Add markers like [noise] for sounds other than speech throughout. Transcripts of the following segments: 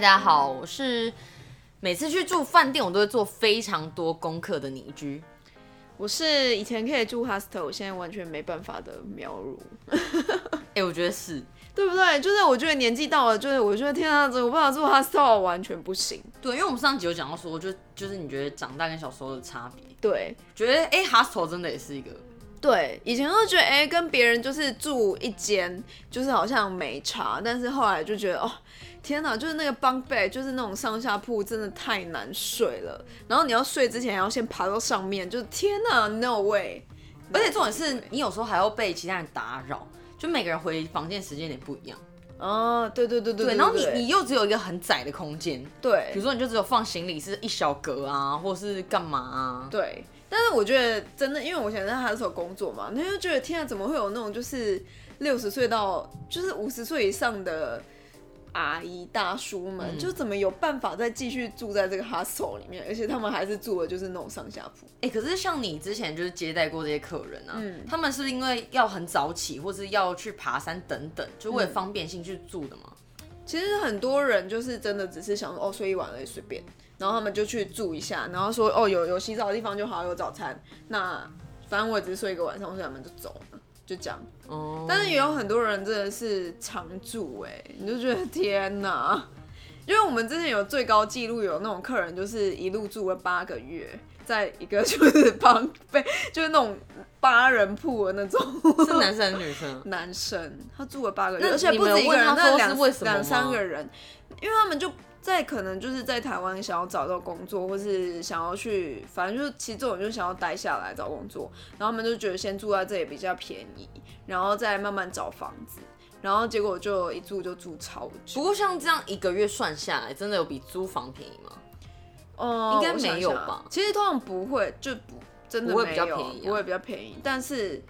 家好，我是每次去住饭店，我都会做非常多功课的倪居。我是以前可以住 hostel，我现在完全没办法的苗如，哎、我觉得是对不对？就是我觉得年纪到了，就是我觉得天啊，怎么办法住 hostel 完全不行。对，因为我们上集有讲到说，就就是你觉得长大跟小时候的差别，对觉得哎、h o s t e l 真的也是一个，对，以前都觉得哎、跟别人就是住一间，就是好像没差，但是后来就觉得哦，天哪，就是那个 bunk bed，就是那种上下铺，真的太难睡了。然后你要睡之前还要先爬到上面，就是天哪，no way。而且重点是你有时候还要被其他人打扰，就每个人回房间时间点不一样。哦，对对对对对，对，然后你对你又只有一个很窄的空间，比对如说你就只有放行李是一小格啊，或是干嘛啊？对，但是我觉得真的，因为我现在在哈手工作嘛，那就觉得天啊，怎么会有那种就是六十岁到就是五十岁以上的阿姨大叔们，嗯就怎么有办法再继续住在这个哈手里面，而且他们还是住的就是那种上下铺。哎、可是像你之前就是接待过这些客人啊，嗯他们是不是因为要很早起，或是要去爬山等等，就为了方便性去住的嘛？其实很多人就是真的只是想说哦睡一晚而已随便，然后他们就去住一下，然后说哦有有洗澡的地方就好，有早餐，那反正我也只是睡一个晚上，所以他们就走了，就这样。哦、但是也有很多人真的是常住哎、你就觉得天哪！ [laughs] 因为我们之前有最高纪录，有那种客人就是一路住了八个月，在一个就是帮被就是那种八人铺的那种？是男生还是女生啊男生，他住了八个嗯月，那而且你不们有止一个问人，他那说两是为什么吗两三个人，因为他们就在可能就是在台湾想要找到工作，或是想要去，反正就是其实这种就是想要待下来找工作，然后他们就觉得先住在这里比较便宜，然后再慢慢找房子，然后结果就一住就住超 [laughs] 不久。过像这样一个月算下来，真的有比租房便宜吗？哦应该我想没有一想吧其实通常不会，就不真的不会没比较有便宜啊不会比较便宜，但是。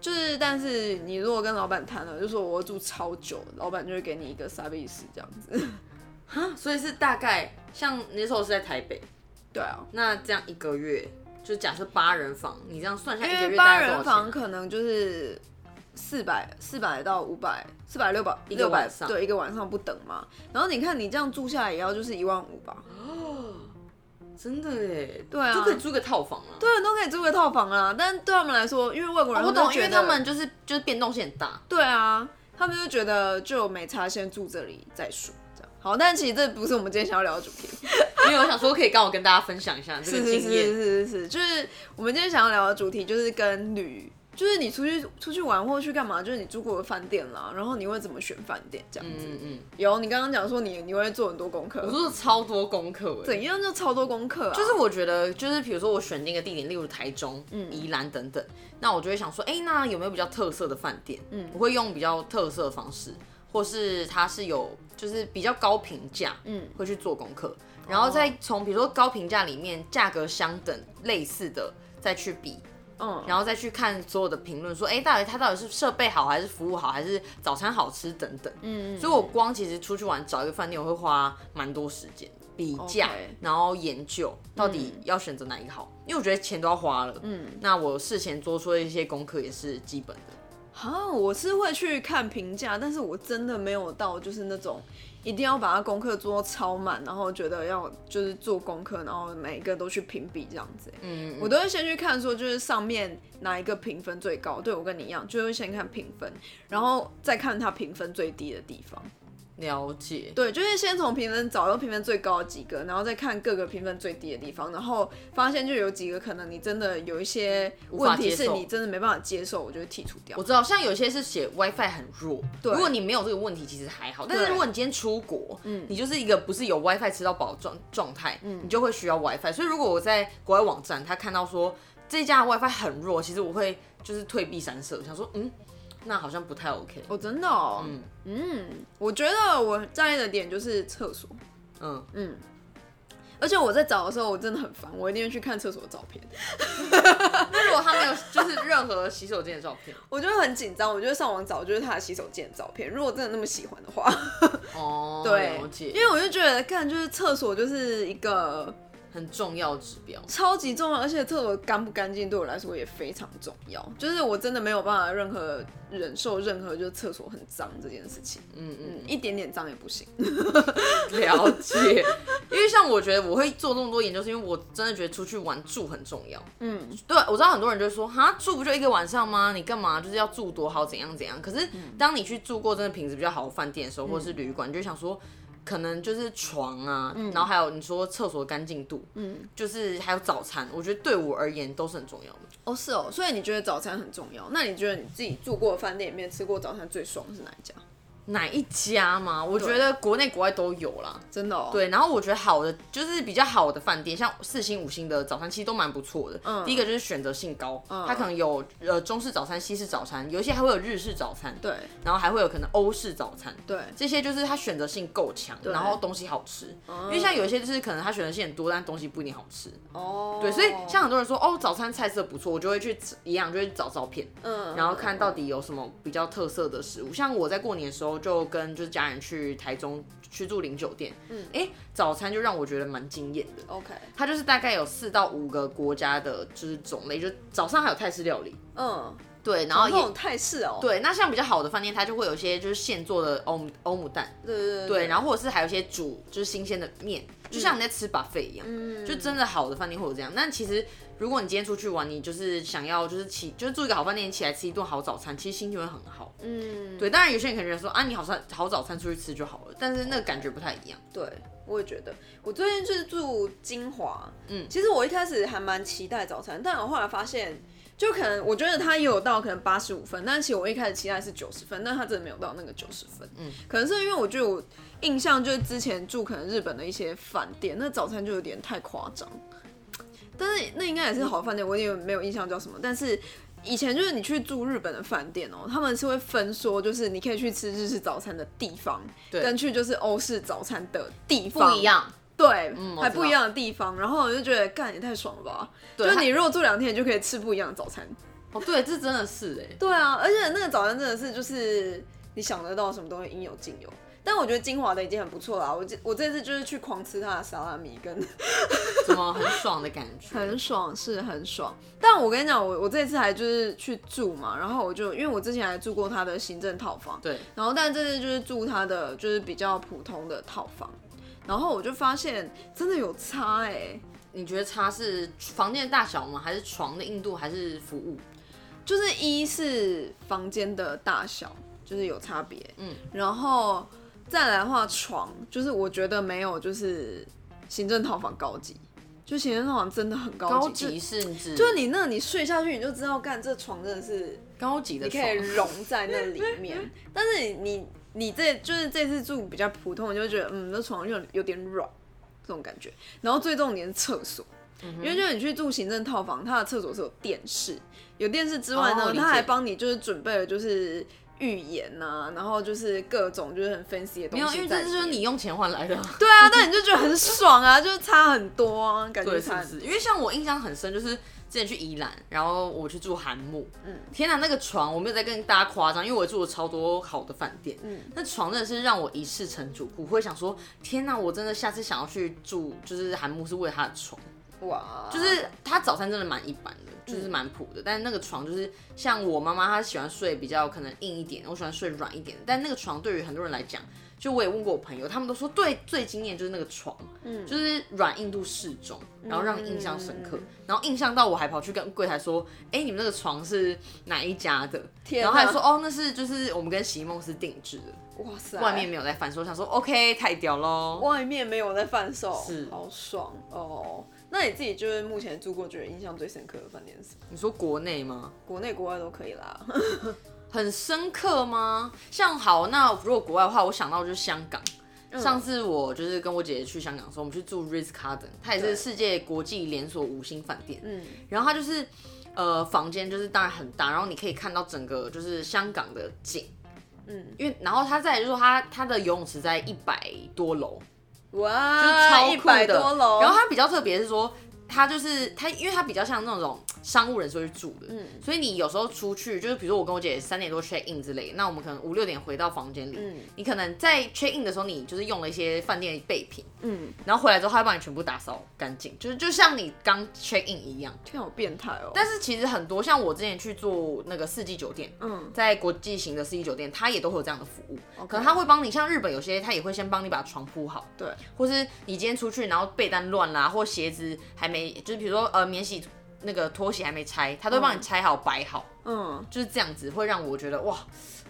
就是，但是你如果跟老板谈了，就说我要住超久，老板就会给你一个 service 这样子。啊，所以是大概像你那时候是在台北，对啊，那这样一个月，就假设八人房，你这样算下因一个为月八大概人多少房钱？可能就是四百四百到五百，四百六百一个六百晚上对，一个晚上不等嘛。然后你看你这样住下来也要就是一万五吧，嗯真的耶，对啊就可以租个套房了、啊。对，都可以租个套房啦。但对他们来说，因为外国啊人我们都懂，因觉为得他们就是就是变动性很大，对啊，他们就觉得就没差，先住这里再说。这样好，但其实这不是我们今天想要聊的主题，因为我想说可以刚好跟大家分享一下这是个是经验是。是是是，就是我们今天想要聊的主题就是跟旅，就是你出去出去玩或去干嘛，就是你住过的饭店啦，然后你会怎么选饭店这样子。嗯嗯，有，你刚刚讲说你你会做很多功课，我做了超多功课欸耶，怎样就超多功课啊？就是我觉得，就是比如说我选定一个地点，例如台中、宜兰等等，那我就会想说，哎、那有没有比较特色的饭店？嗯，我会用比较特色的方式，或是它是有就是比较高评价，嗯，哦会去做功课，然后再从比如说高评价里面价格相等类似的再去比。嗯，然后再去看所有的评论，说，哎、到底它到底是设备好，还是服务好，还是早餐好吃等等。嗯，所以我光其实出去玩找一个饭店，我会花蛮多时间比价 OK 然后研究到底要选择哪一个好，因为我觉得钱都要花了。嗯，那我事前做出的一些功课也是基本的。啊，我是会去看评价，但是我真的没有到就是那种一定要把它功课做超满，然后觉得要就是做功课，然后每一个都去评比这样子、欸嗯，我都会先去看说就是上面哪一个评分最高，对我跟你一样，就会先看评分，然后再看它评分最低的地方。了解。对，就是先从评分找到评分最高的几个，然后再看各个评分最低的地方，然后发现就有几个可能你真的有一些问题是无法接受你真的没办法接受，我就会剔除掉我。知道，像有些是写 WiFi 很弱，对如果你没有这个问题，其实还好。但是对如果你今天出国，你就是一个不是有 WiFi 吃到饱的状状态，你就会需要 WiFi。所以如果我在国外网站，他看到说这家的 WiFi 很弱，其实我会就是退避三舍，想说嗯，那好像不太 OK。哦，真的哦，嗯我觉得我在意的点就是厕所，嗯，而且我在找的时候我真的很烦，我一定会去看厕所的照片，那如果他没有就是任何洗手间的照片，我就会很紧张，我就会上网找就是他的洗手间的照片，如果真的那么喜 [laughs] 欢的话，哦，对了，解因。为我就觉得看就是厕所就是一个很重要的指标。超级重要，而且厕所干不干净对我来说也非常重要。就是我真的没有办法任何忍受任何就是厕所很脏这件事情，嗯嗯，嗯，一点点脏也不行。 [laughs] 了解。因为像我觉得我会做这么多研究，是因为我真的觉得出去玩住很重要。嗯，对，我知道很多人就会说，哈，住不就一个晚上吗？你干嘛就是要住多好，怎样怎样？可是当你去住过真的品质比较好的饭店的时候，或者是旅馆，你就会想说，可能就是床啊，然后还有你说厕所的干净度，嗯，就是还有早餐，我觉得对我而言都是很重要的。哦是哦，所以你觉得早餐很重要？那你觉得你自己住过的饭店里面吃过早餐最爽是哪一家？哪一家吗？我觉得国内国外都有啦。真的哦，，对，然后我觉得好的就是比较好的饭店，像四星、五星的早餐其实都蛮不错的。嗯第一个就是选择性高，它可能有呃中式早餐、西式早餐，有一些还会有日式早餐，对然后还会有可能欧式早餐。对，这些就是它选择性够强，然后东西好吃。嗯因为像有一些就是可能它选择性很多，但东西不一定好吃。哦，对，所以像很多人说哦，早餐菜色不错，我就会去吃一样，就会找照片，嗯，然后看到底有什么比较特色的食物。像我在过年的时候就跟就是家人去台中去住零酒店，嗯，哎、早餐就让我觉得蛮惊艳的。 OK，它就是大概有四到五个国家的，就是种类，就早上还有泰式料理，嗯，对，然然后后那也种泰式哦，对，那像比较好的饭店，它就会有一些就是现做的欧姆欧姆蛋，对对对对，对，然后或者是还有一些煮就是新鲜的面，就像你在吃 buffet 一样，嗯就真的好的饭店会有这样。但其实如果你今天出去玩，你就是想要就是起就是住一个好饭店，起来吃一顿好早餐，其实心情会很好。嗯，对，当然有些人可能觉得说啊，你好餐好早餐出去吃就好了，但是那个感觉不太一样。对，我也觉得。我最近就是住金华，嗯嗯，其实我一开始还蛮期待早餐，但我后来发现，就可能我觉得它也有到可能八十五分，但其实我一开始期待是九十分，但它真的没有到那个九十分，嗯，可能是因为我觉得我印象就是之前住可能日本的一些饭店，那早餐就有点太夸张，但是那应该也是好饭店，我也没有印象叫什么，但是。以前就是你去住日本的饭店哦、他们是会分说，就是你可以去吃日式早餐的地方，对跟去就是欧式早餐的地不方一，样，对，我还知不道一样的地方。然后我就觉得，干也太爽了吧！对就它你如果住两天，你就可以吃不一样的早餐。哦，对，这真的是哎，对啊，而且那个早餐真的是就是你想得到什么东西应有尽有。但我觉得金华的已经很不错啦。啊我这我这次就是去狂吃它的沙拉米跟怎么很爽的感觉？很爽，是很爽。但我跟你讲，我我这次还就是去住嘛，然后我就因为我之前还住过他的行政套房，对，然后但这次就是住他的就是比较普通的套房，然后我就发现真的有差哎、你觉得差是房间的大小吗？还是床的硬度？还是服务？就是一是房间的大小就是有差别，嗯嗯，然后再来的话床就是我觉得没有就是行政套房高级，就行政套房真的很高级，高级是指就就你那你睡下去你就知道，干这床真的是高级的你可床以，融在那 [laughs] 里面。但是你你你这就是这次住比较普通，你就会觉得嗯，那床有有点软这种感觉。然后最重点是厕所。嗯因为就是你去住行政套房，它的厕所是有电视，有电视之外哦呢，理解它还帮你就是准备了就是浴盐呐、然后就是各种就是很 fancy 的东西在里没面。有，因为这就是你用钱换来的啊。对啊，但你就觉得很爽啊，就是差很多啊，感觉对，是差不很是？因为像我印象很深，就是之前去宜兰，然后我去住韩木，嗯，天哪，那个床我没有在跟大家夸张，因为我住了超多好的饭店，嗯，那床真的是让我一世成主顾，会想说，天哪，我真的下次想要去住，就是韩木是为了他的床，哇，就就是他早餐真的蛮一般的，就是蛮普的，但是那个床就是像我妈妈，她喜欢睡比较可能硬一点，我喜欢睡软一点，但那个床对于很多人来讲。就我也问过我朋友，他们都说对最惊艳就是那个床，嗯，就是软硬度适中，嗯然后让你印象深刻，然后印象到我还跑去跟柜台说，哎、你们那个床是哪一家的？天然哪后他还说哦，那是就是我们跟席梦思定制的，哇塞，外面没有在贩售，我想说 OK 太屌喽，外面没有在贩售，是好爽哦。那你自己就是目前住过觉得印象最深刻的饭店是什么？你说国内吗？国内国外都可以 [laughs] 啦。很深刻吗？像好，那如果国外的话，我想到就是香港。嗯上次我就是跟我姐姐去香港的时候，我们去住 Ritz Carlton，它也是对世界国际连锁五星饭店。嗯，然后它就是呃房间就是当然很大，然后你可以看到整个就是香港的景。嗯嗯，因为然后它再来就是说它它的游泳池在一百多楼，哇，超一酷的。百多楼，然后它比较特别是说，它就是它，因为它比较像那种商务人士会去住的。嗯所以你有时候出去，就是比如说我跟我姐三点多 check in 之类，那我们可能五六点回到房间里，嗯你可能在 check in 的时候，你就是用了一些饭店的备品，嗯，然后回来之后，他会帮你全部打扫干净，就是就像你刚 check in 一样。天啊，好变态哦。但是其实很多像我之前去做那个四季酒店，嗯，在国际型的四季酒店，它也都会有这样的服务。可能它会帮你，像日本有些它也会先帮你把床铺好，对，或是你今天出去然后被单乱啦，或鞋子还没，就是比如说呃免洗那个拖鞋还没拆，它都会帮你拆好摆好。嗯就是这样子，会让我觉得哇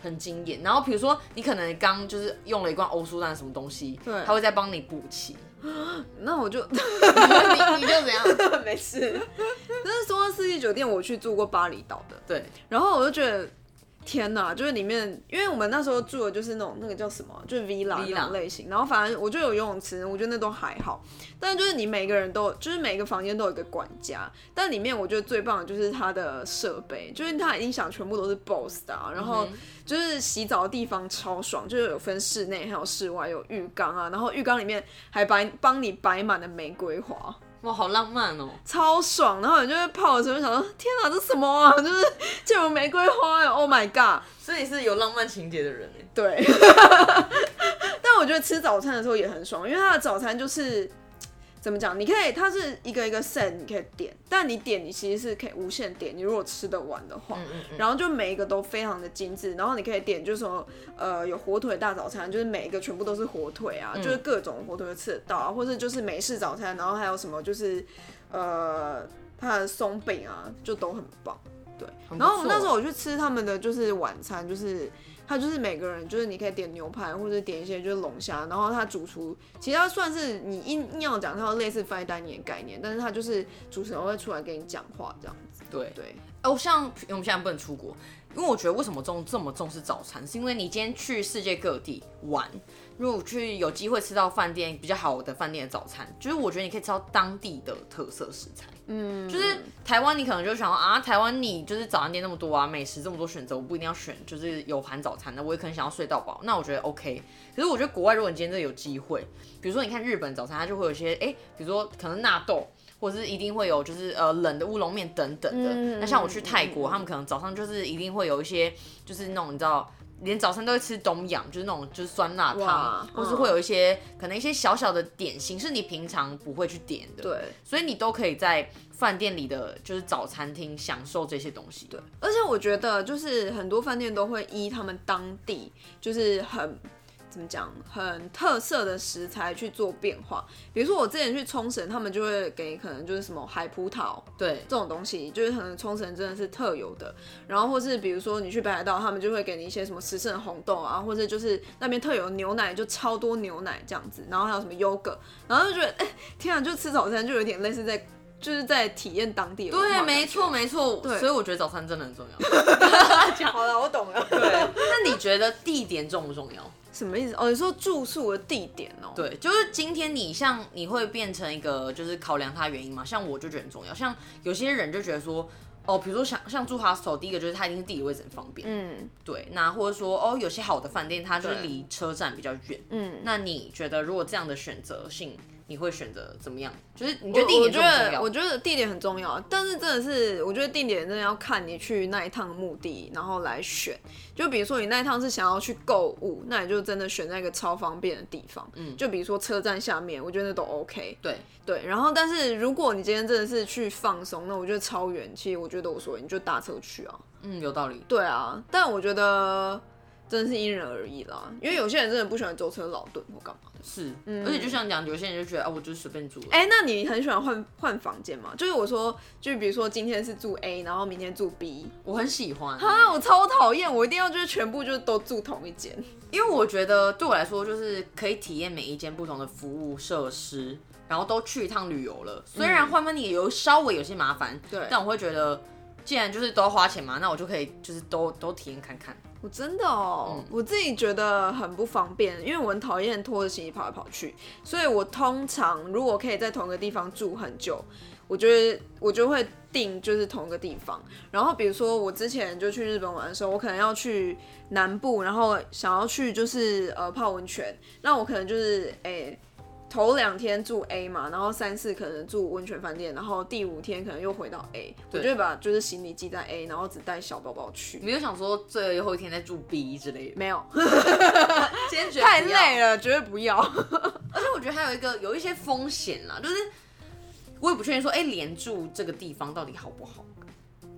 很惊艳。然后比如说你可能刚就是用了一罐欧舒丹什么东西，对他会再帮你补齐。那我就 [laughs] [laughs] 你你就怎样？没事。但是说到四季酒店，我去住过巴厘岛的， [laughs] 对，然后我就觉得。天呐，就是里面，因为我们那时候住的就是那种那个叫什么，就是 villa 那种类型。然后反正我就有游泳池，我觉得那都还好。但就是你每个人都，就是每个房间都有一个管家。但里面我觉得最棒的就是它的设备，就是它的音响全部都是 BOSS 的、啊，然后嗯哼就是洗澡的地方超爽，就是有分室内还有室外，有浴缸啊，然后浴缸里面还摆帮你摆满了玫瑰花。哇，好浪漫哦、超爽，然后你就会泡的时候就想说，天哪，这什么啊？ [laughs] 就是这种玫瑰花呀，Oh my god！所以你是有浪漫情节的人哎。对， [laughs] 但我觉得吃早餐的时候也很爽，因为它的早餐就是怎么讲，你可以它是一个一个 set，你可以点，但你点你其实是可以无限点，你如果吃得完的话，嗯嗯嗯。然后就每一个都非常的精致，然后你可以点就是说，呃，有火腿大早餐，就是每一个全部都是火腿啊，嗯就是各种火腿都吃得到啊，或者就是美式早餐，然后还有什么就是，呃，它的松饼啊，就都很棒。对，很不错然后我那时候我去吃他们的就是晚餐，就是它就是每个人就是你可以点牛排或者点一些就是龙虾，然后它主厨其实它算是你硬硬要讲它有类似 fine dining 的概念，但是它就是主持人会出来跟你讲话这样子。对对，哦，像因为我们现在不能出国，因为我觉得为什么重这么重视早餐，是因为你今天去世界各地玩，如果去有机会吃到饭店比较好的饭店的早餐，就是我觉得你可以吃到当地的特色食材。嗯，就是台湾，你可能就想说啊，台湾你就是早餐店那么多啊，美食这么多选择，我不一定要选就是有盘早餐的，我也可能想要睡到饱，那我觉得 OK。可是我觉得国外，如果你今天真的有机会，比如说你看日本早餐，它就会有一些哎、比如说可能纳豆，或者是一定会有就是呃冷的乌龙面等等的。嗯那像我去泰国，他们可能早上就是一定会有一些就是那种你知道。连早餐都会吃东阳，就是那种就是酸辣汤哇，嗯或是会有一些、可能一些小小的点心是你平常不会去点的。对。所以你都可以在饭店里的就是早餐厅享受这些东西。对，而且我觉得，就是很多饭店都会依他们当地就是很怎么讲，很特色的食材去做变化。比如说我之前去冲绳，他们就会给可能就是什么海葡萄对，这种东西，就是可能冲绳真的是特有的。然后或是比如说你去北海道，他们就会给你一些什么时胜红豆啊，或者就是那边特有的牛奶，就超多牛奶这样子。然后还有什么优格，然后就觉得哎、天啊，就吃早餐就有点类似在就是在体验当地的文化对，感觉没错，。没错。对所以我觉得早餐真的很重 [laughs] 要。好了，我懂了。对，那你觉得地点重不重要？什么意思？哦，你说住宿的地点哦？，对，就是今天你像你会变成一个就是考量它的原因嘛？像我就觉得很重要，像有些人就觉得说。哦，比如说像像住 hostel，第一个就是它一定是地理位置很方便，嗯对。那或者说哦，有些好的饭店它就是对离车站比较远，嗯。那你觉得如果这样的选择性，你会选择怎么样？就是你觉得我地我点觉重不重得要？我觉得地点很重要，啊但是真的是我觉得地点真的要看你去那一趟目的，然后来选。就比如说你那一趟是想要去购物，那你就真的选那个超方便的地方。嗯，就比如说车站下面，我觉得那都 OK。对，对，然后但是如果你今天真的是去放松，那我觉得超远，其实我觉得无所谓，你就搭车去啊。嗯，有道理。对啊，但我觉得真的是因人而异啦，因为有些人真的不喜欢舟车劳顿或干嘛。是，而且就像讲，有些人就觉得啊，我就是随便住了。哎、那你很喜欢换换房间吗？就是我说，就比如说今天是住 A，然后明天住 B 我很喜欢，啊，我超讨厌，我一定要就是全部就是都住同一间。因为我觉得对我来说，就是可以体验每一间不同的服务设施，然后都去一趟旅游了。虽然换饭店也有稍微有些麻烦，对但我会觉得，既然就是都要花钱嘛，那我就可以就是都都体验看看。我真的哦、我自己觉得很不方便，因为我很讨厌拖着行李跑来跑去，所以我通常如果可以在同一个地方住很久，我就会我就会定就是同一个地方。然后比如说我之前就去日本玩的时候，我可能要去南部，然后想要去就是呃泡温泉，那我可能就是诶。头两天住 A 嘛，然后三四可能住温泉饭店，然后第五天可能又回到 A，我对就会把就是行李寄在 A，然后只带小包包去。没有想说最后一天再住 B 之类的，没有，坚决太不要累了，绝对不要。而且我觉得还有一个有一些风险啦，就是我也不确定说，哎、连住这个地方到底好不好？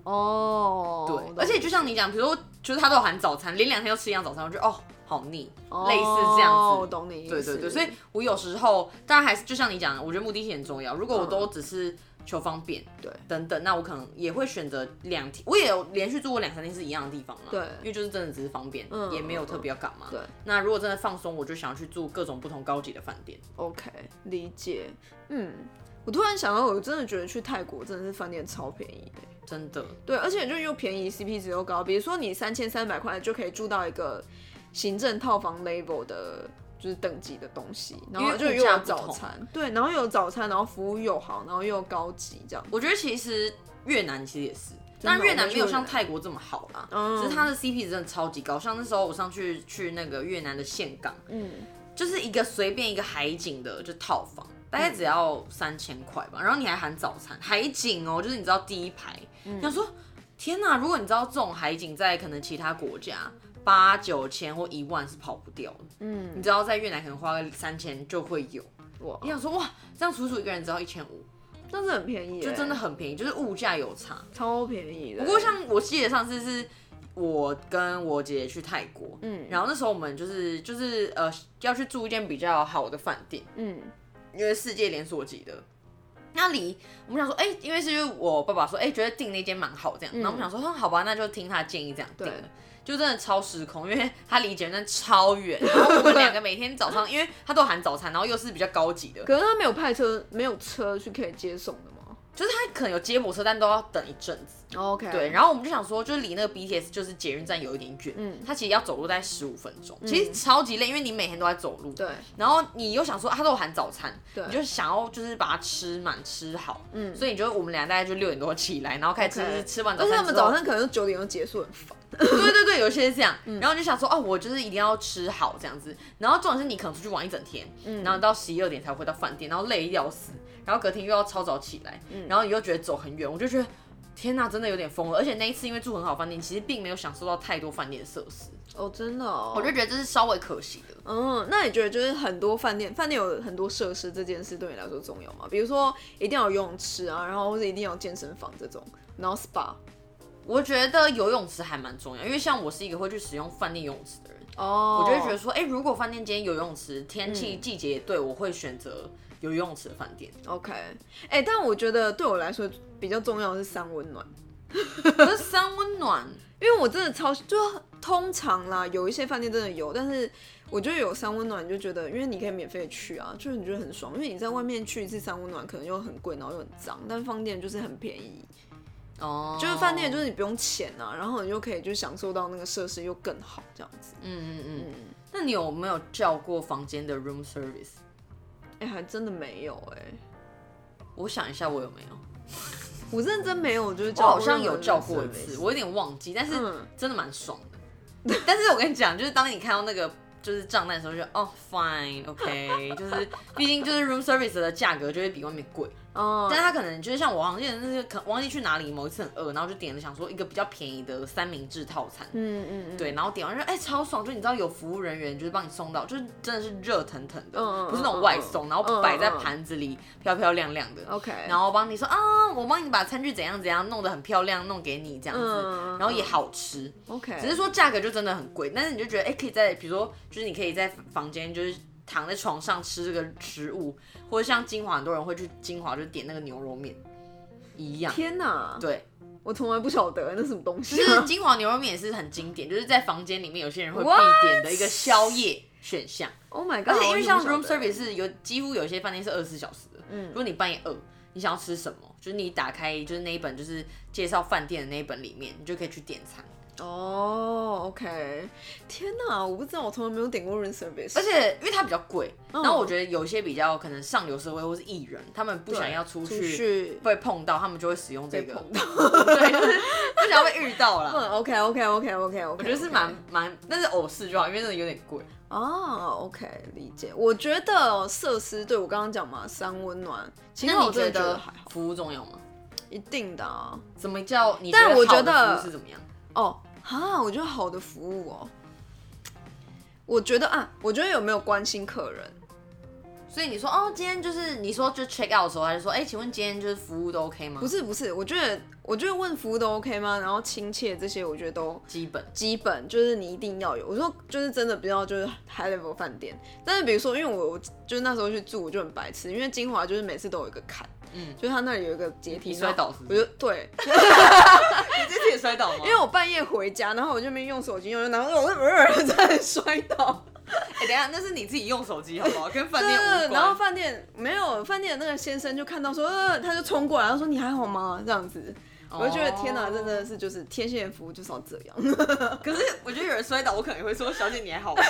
哦，对，而且就像你讲，比如说就是他都有含早餐，连两天都吃一样早餐，我觉得哦好腻，类似这哦样我子。懂你意思。对对对，所以我有时候当然还是就像你讲的，我觉得目的性很重要。如果我都只是求方便，嗯对等等，那我可能也会选择两天，我也有连续住过两三天是一样的地方啦。对因为就是真的只是方便，嗯也没有特别要干嘛。对，那如果真的放松，我就想要去住各种不同高级的饭店。 OK 理解。嗯，我突然想到，我真的觉得去泰国真的是饭店超便宜的。真的，对，而且就又便宜，CP 值又高。比如说你三千三百块就可以住到一个行政套房 level 的，就是等级的东西，然后因为就物又价有不早同餐，对，然后又有早餐，然后服务又好，然后又高级这样。我觉得其实越南其实也是，真的哦但越南没有我像觉得越泰南国这么好啦。嗯只是它的 CP 值真的超级高，像那时候我上去去那个越南的岘港，嗯，就是一个随便一个海景的就套房，大概只要三千块吧，然后你还含早餐，海景哦，就是你知道第一排，嗯想说天哪，如果你知道这种海景在可能其他国家八九千或一万是跑不掉的，嗯哦嗯，你知道在越南可能花个三千就会有，哇，你想说哇，这样楚楚一个人只要一千五，但是很便宜耶，就真的很便宜，就是物价有差。超便宜的。不过像我记得上次是我跟我姐姐去泰国，嗯嗯，然后那时候我们就是就是呃要去住一间比较好的饭店，嗯因为世界连锁级的。那离我们想说，哎、因为是因为我爸爸说，哎、觉得订那间蛮好这样，然后我们想说，嗯好吧，那就听他建议这样订了对。就真的超时空，因为他离捷运站超 [laughs] 远，然后我们两个每天早上，因为他都含早餐，然后又是比较高级的，可是他没有派车，没有车去可以接送的吗就是他可能有接驳车，但都要等一阵子。 ？OK，对，然后我们就想说，就是离那个 BTS 就是捷运站有一点远，嗯嗯，它其实要走路大概十五分钟，其实超级累，因为你每天都在走路，对，然后你又想说，啊他都有含早餐，对你就想要就是把它吃满吃好，嗯，所以你就我们俩大概就六点多起来，然后开始吃 OK 吃完而早且餐，他们早，上可能就九点就结束，很烦。对对对，有些是这样，然后你就想说，哦，我就是一定要吃好这样子，然后重点是你可能出去玩一整天，嗯，然后到十一二点才回到饭店，然后累得要死，然后隔天又要超早起来，然后你又觉得走很远，我就觉得。天呐，真的有点疯了！而且那一次因为住很好饭店，其实并没有享受到太多饭店的设施，哦，真的哦，我就觉得这是稍微可惜的。嗯，那你觉得就是很多饭店，饭店有很多设施这件事对你来说重要吗？比如说一定要有游泳池啊，然后或者一定要有健身房这种，然后 SPA。我觉得游泳池还蛮重要，因为像我是一个会去使用饭店游泳池的人，哦我就会觉得说，哎、如果饭店今天有游泳池，天气、季节也对，我会选择有游泳池的饭 [laughs] 店。 OK，哎、但我觉得对我来说比较重要的是三温暖，可是三温暖，因为我真的超就通常啦，有一些饭店真的有，但是我觉得有三温暖，你就觉得因为你可以免费去啊，就是你觉得很爽，因为你在外面去一次三温暖可能又很贵，然后又很脏，但饭店就是很便宜，哦，就是饭店就是你不用钱啊，然后你又可以就享受到那个设施又更好这样子。嗯嗯嗯。那你有没有叫过房间的 room service？哎、还真的没有哎、我想一下，我有没有？我认真没有，我就是我叫好像有叫过一次，我我有点忘记，但是嗯真的蛮爽的。但是我跟你讲，就是当你看到那个就是账单的时候就，哦，fine，OK，、就是毕竟就是 room service 的价格就会比外面贵，哦，但是他可能就是像我好像记得那是可忘记去哪里某一次很饿，然后就点了想说一个比较便宜的三明治套餐，嗯嗯嗯，对，然后点完就哎、超爽，就你知道有服务人员就是帮你送到，就是真的是热腾腾的，嗯嗯不是那嗯种外嗯送，嗯然后摆在嗯嗯盘子里漂漂亮亮的。 ，OK，然后帮你说啊，我帮你把餐具怎样怎样弄得很漂亮，弄给你这样子，嗯嗯嗯然后也好吃， OK，只是说价格就真的很贵，但是你就觉得哎、可以在比如说就是你可以在房间就是躺在床上吃这个食物，或者像金华很多人会去金华就点那个牛肉面一 [laughs] 样，天哪，对，我从来不晓得那是什么东就西、是啊。金华牛肉面也是很经典，就是在房间里面有些人会 What？必点的一个宵夜选项， Oh my god！而且因为像我怎么 room 不晓得 service 是有几乎有些饭店是二十四小时的，嗯，如果你半夜饿，你想要吃什么，就是你打开就是那一本就是介绍饭店的那一本里面，你就可以去点餐。哦，OK，天哪，我不知道，我从来没有点过 room service，而且因为它比较贵，嗯然后我觉得有一些比较可能上流社会或是艺人，他们不想要出出去去被碰到，他们就会使用这被个，[laughs] 碰对，就是不想要被遇到啦。嗯，OK OK OK OK，我我觉得是蛮蛮，但是偶事就好，因为真的有点贵。哦，OK，理解。我觉得设施对我刚刚讲嘛，三温暖，其实那我你真的觉得得还好，服务重要吗？一定的啊。怎么叫你？但我觉觉得好的服务是怎么样？哦，哈，我觉得好的服务哦，我觉得啊，我觉得有没有关心客人？所以你说哦，今天就是你说就 check out 的时候，他就说，哎、请问今天就是服务都 OK 吗？不是不是，我觉得我觉得问服务都 OK 吗？然后亲切这些，我觉得都基本基本就是你一定要有。我说就是真的比较就是 high level 饭店，但是比如说因为我我就是那时候去住我就很白痴，因为金华就是每次都有一个坎，嗯就是它那里有一个阶梯你摔倒是不我是啊就对，你自己也摔倒吗？因为我半夜回家，然后我就没用手机用，然后我就 [laughs] 在摔倒。哎、等一下那是你自己用手机好 [laughs] 不好？跟饭对店无关。然后饭店没有饭店的那个先生就看到说，呃，他就冲过来，然后说你还好吗？这样子，我就觉得天哪，哦这真的是就是天线服务就是要这样。可是我觉得有人摔倒，我可能也会说：“小姐，你还好 [laughs] 吗？”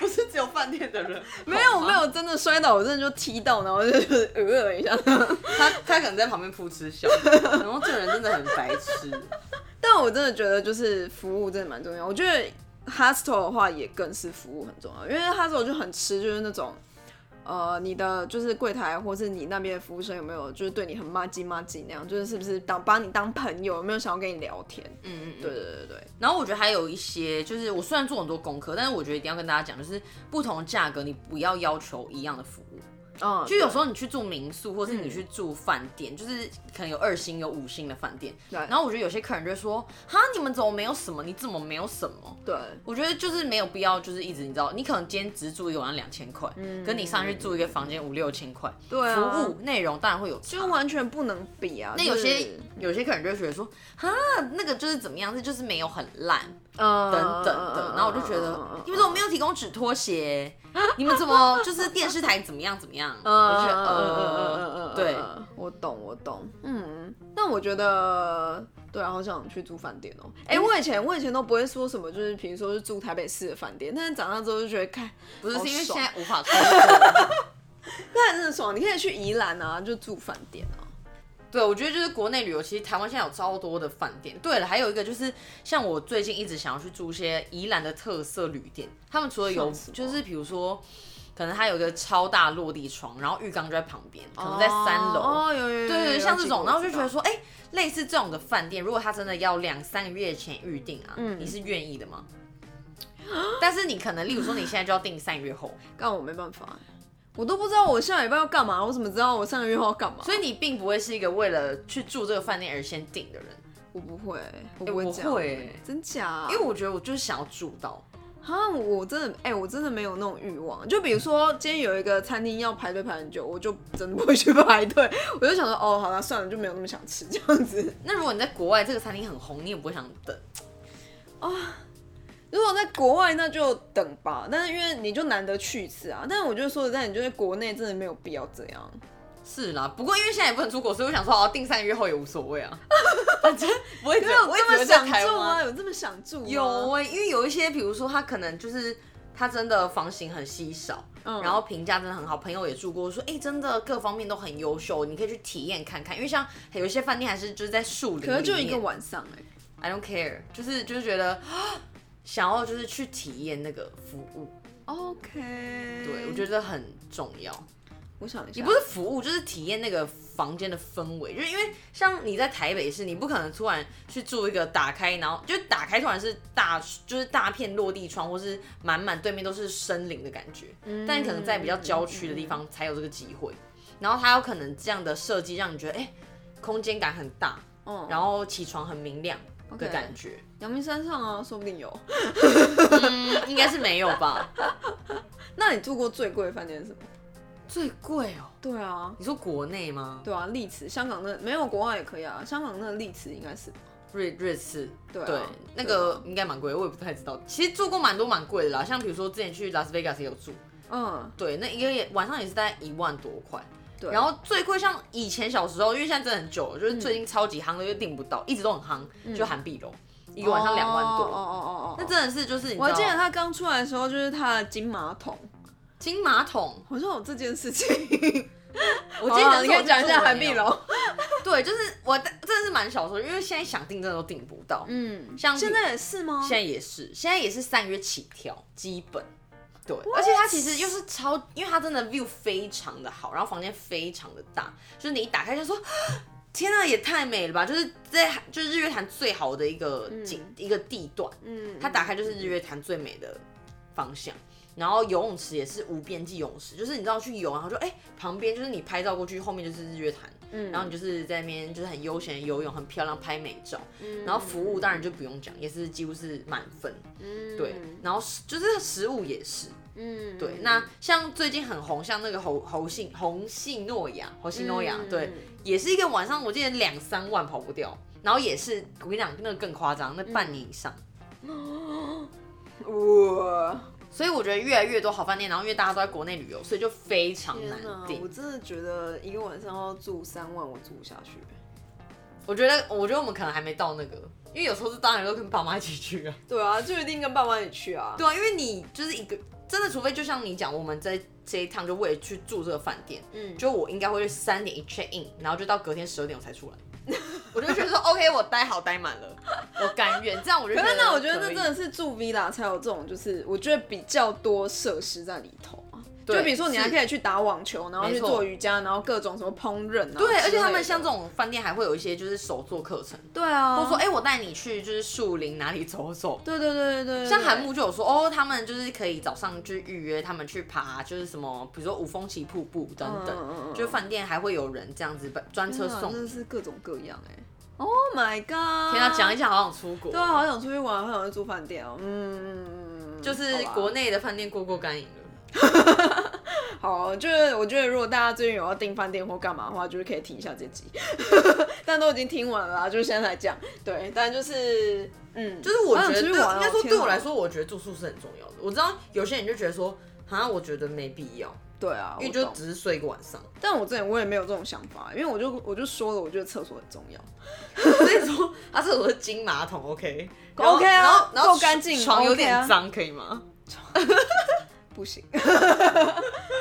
不是只有饭店的人，没有没有真的摔倒，我真的就踢到，然后就就是呃一下。他他可能在旁边噗嗤笑，然后这个人真的很白痴。但我真的觉得就是服务真的蛮重要，我觉得 hostel 的话也更是服务很重要，因为 hostel 就很吃就是那种。呃，你的就是柜台，或是你那边的服务生有没有就是对你很骂唧骂唧那样，就是是不是当把你当朋友，有没有想要跟你聊天？嗯嗯，对对对对，然后我觉得还有一些，就是我虽然做很多功课，但是我觉得一定要跟大家讲，就是不同的价格你不要要求一样的服务。嗯，就有时候候你去住民宿，或是你去住饭店，就是可能有二星、有五星的饭店。对然后我觉得有些客人就会说：“哈，你们怎么没有什么？你怎么没有什么？”对，我觉得就是没有必要，就是一直你知道，你可能今天只住一个晚上两千块，跟你上去住一个房间五六千块，嗯对啊服务内容当然会有差就。完全不能比啊。那有就是些有些客人就会觉得说，哈，那个就是怎么样，这就是没有很烂，嗯等等的。然后我就觉得，你们怎么没有提供纸拖鞋？你们怎么就是电视台怎么样怎么 [laughs] 样？嗯我就觉得呃，对，，我懂我懂，嗯，但我觉得。对啊，好想去住饭店哦、哎、我以前我以前都不会说什么，就是比如说是住台北市的饭店，但是长大之后就觉得，看，不是好是因为现爽在无法出 [laughs] 国。那真的爽。你可以去宜兰啊，就住饭店啊。对，我觉得就是国内旅游，其实台湾现在有超多的饭店。对了，还有一个就是像我最近一直想要去住一些宜兰的特色旅店，他们除了有像什么就是比如说。可能它有一个超大落地窗，然后浴缸就在旁边，可能在三楼。哦，有有有有，对对，有像这种，然后我就觉得，有说，哎、类似这种的饭店，如果他真的要两三个月前预定啊，嗯你是愿意的吗？ [gasps] 但是你可能，例如说你现在就要订三个月后，我知道干我没办法、我都不知道我下礼拜要干嘛，我怎么知道我上个月后要干嘛？所以你并不会是一个为了去住这个饭店而先订的人，我不会，我不会我这样会欸真假、因为我觉得我就是想要住到，啊，我真的，哎、我真的没有那种欲望。就比如说，今天有一个餐厅要排队排很久，我就真的不会去排队。我就想说，哦，好了，算了，就没有那么想吃这样子。那如果你在国外这个餐厅很红，你也不会想等。如果在国外，那就等吧。但是因为你就难得去一次啊。但是我就说实在，你就在国内真的没有必要这样。是啦，不过因为现在也不能出国，所以我想说，哦，订三个月后也无所谓 [laughs] 啊。反正我也觉没得，有 [laughs] 我也这觉么得在想台住啊湾吗？有这么想住吗？有哎、因为有一些，比如说他可能就是他真的房型很稀少，嗯然后评价真的很好，朋友也住过，说哎、欸真的各方面都很优秀，你可以去体验看看。因为像有一些饭店还是就是在树林，可能就一个。晚上哎、 I don't care，就是就是觉得啊想要就是去体验那个服务，哦 OK，对我觉得很重要。我想一下，也不是服务，就是体验那个房间的氛围。就是因为像你在台北市，你不可能突然去住一个打开，然后就打开突然是大就是大片落地窗，或是满满对面都是森林的感觉。但你可能在比较郊区的地方才有这个机会。然后它有可能这样的设计让你觉得，哎、空间感很大，嗯然后起床很明亮的 OK 感觉。阳明山上啊，说不定有。嗯，应该是没有吧？那你住过最贵的饭店是什么？ [laughs] 最贵哦，对啊，你说国内吗？对啊，丽池，香港那没有国外也可以啊，香港那个丽池应该是吧瑞瑞士，对啊那个应该蛮贵，我也不太知道。其实住过蛮多蛮贵的啦，像比如说之前去拉斯维加斯也有住，嗯，对，那一个也晚上也是大概一万多块。对然后最贵像嗯以前小时候，因为现在真的很久了，就是最近超级夯的又订不到，一直都很夯，就韩碧楼。一个晚上两万哦哦多，哦哦哦，那啊真的是就是你知我还道记得他刚出来的时候，就是他的金马桶，金马桶，好像有这件事情。我好记啦得哦你可以讲一下韩韩碧碧楼楼，，对，就是我真的是蛮小时候，因为现在想订真的都订不到，嗯，像现在也是吗？现在也是，现在也是三月起跳，基本。对，而且它其实又是超，因为它真的 view 非常的好，然后房间非常的大，就是你一打开就说， [gasps] 天啊，也太美了吧！就是在就是日月潭最好的一个景、一个地段，嗯，它打开就是日月潭最美的方向。然后游泳池也是无边际泳池，就是你知道去游，然后就哎、旁边就是你拍照过去，后面就是日月潭，嗯然后你就是在那边就是很悠闲地游泳，很漂亮拍美照，然后服务当然就不用讲，也是几乎是满分，嗯对，然后食就是食物也是，嗯对，那像最近很红，像那个侯侯信侯信诺亚侯信诺亚，嗯对，也是一个晚上我记得两三万跑不掉，然后也是我跟你讲那个更夸张，那嗯半年以上。我所以我觉得越来越多好饭店，然后因为大家都在国内旅游，所以就非常天难哪，我订。真的觉得一个晚上要住三万，我住不下去。我觉得，我觉得我们可能还没到那个，因为有时候是当然都跟爸妈一起去啊。对啊，就一定跟爸妈一起去啊。对啊，因为你就是一个真的，除非就像你讲，我们在这一趟就为了去住这个饭店，嗯就我应该会是三点一 check in，然后就到隔天十二点我才出来。我就觉得说 [laughs] OK，我待好待满了，我甘愿这样，我就觉可得是那我觉得那可以真的是住 villa 才有这种，就是我觉得比较多设施在里头啊。就对比如说你还可以去打网球，然后去没错做瑜伽，然后各种什么烹饪啊。对，而且他们像相这种饭店还会有一些就是手作课程，对啊，或者说哎、哎、我带你去就是树林哪里走走，对对对对对，像韩木就有说，哦，他们就是可以早上就是预约他们去爬，就是什么，比如说五峰旗瀑布等等，嗯嗯嗯嗯就是饭店还会有人这样子把专车天啊送。真的是各种各样哎、Oh my god！天啊，讲一下好想出国，对啊，好想出去玩，好想去住饭店哦。嗯，就是好吧国内的饭店过过干瘾了。好，哦就是我觉得如果大家最近有要订饭店或干嘛的话，就是可以听一下这集， [laughs] 但都已经听完了啦，就是现在才讲。对，但就是嗯，就是我觉好得想对，出去玩哦应该说天啊对我来说，我觉得住宿是很重要的。我知道有些人就觉得说，啊，我觉得没必要，对啊，因为我就懂只是睡一个晚上。 [laughs] 但我之前我也没有这种想法，因为我就我就说了，我觉得厕所很重要。所以说，啊，厕所是金马桶，OK，然后 OK 啊然后然后够干净床有 OK 啊点脏，可以吗？不行， [laughs]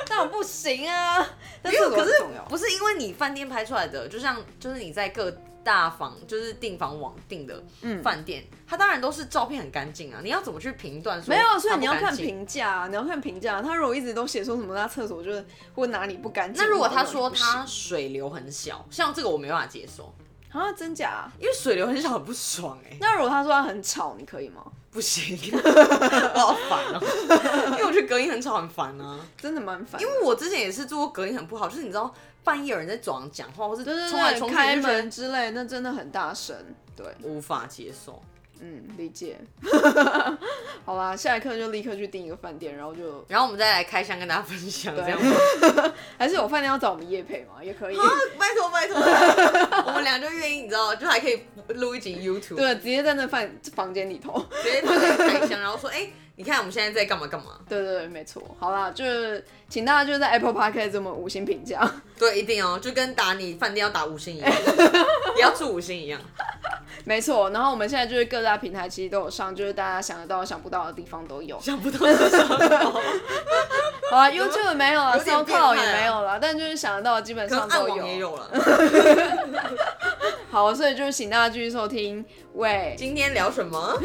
但我不行啊。但没有，厕所可很是重要。不是因为你饭店拍出来的，就像就是你在各大房就是订房网订的饭店，它当然都是照片很干净啊，你要怎么去评断说没有，啊所以它不你要干净看。评价啊，你要看评价啊。他如果一直都写说什么他厕所就是或哪里不干净，那如果他然后说就不行他水流很小，像这个我没办法接受，啊真假啊、因为水流很小很不爽哎、那如果他说他很吵，你可以吗？不 [laughs] 行， [laughs] 我好烦哦、因为我觉得隔音很吵很烦啊。真的蛮烦的，因为我之前也是做过隔音很不好，就是你知道半夜有人在走廊讲话，或是对对冲来冲对，去，开就觉得门之类，那真的很大声。对，无法接受。嗯，理解。 [laughs] 好啦，下一刻就立刻去订一个饭店，然后就然后我们再来开箱跟大家分享，对这样吗还是有饭店要找我们夜配嘛，也可以。 [laughs] 拜托拜托， [laughs] 我们俩就愿意，你知道，就还可以录一集 YouTube，， [laughs] 对，直接在那饭房间里头。直接打开开箱，然后说，哎、你看我们现在在干嘛干嘛？对对对，没错。好啦，就是请大家就是在 Apple Park 这么五星评价。 [laughs] 对，一定哦，就跟打你饭店要打五星一 [laughs] 样，也要住五星一样。没错，然后我们现在就是各大平台其实都有上，就是大家想得到、想不到的地方都有。想不到是什么，好啦 YouTube 没有啦有点变态，SoundCloud 啊也没有啦，但就是想得到的基本可能上 [laughs] 暗都网有。也有了。好，所以就是请大家继续收听。喂，今天聊什么？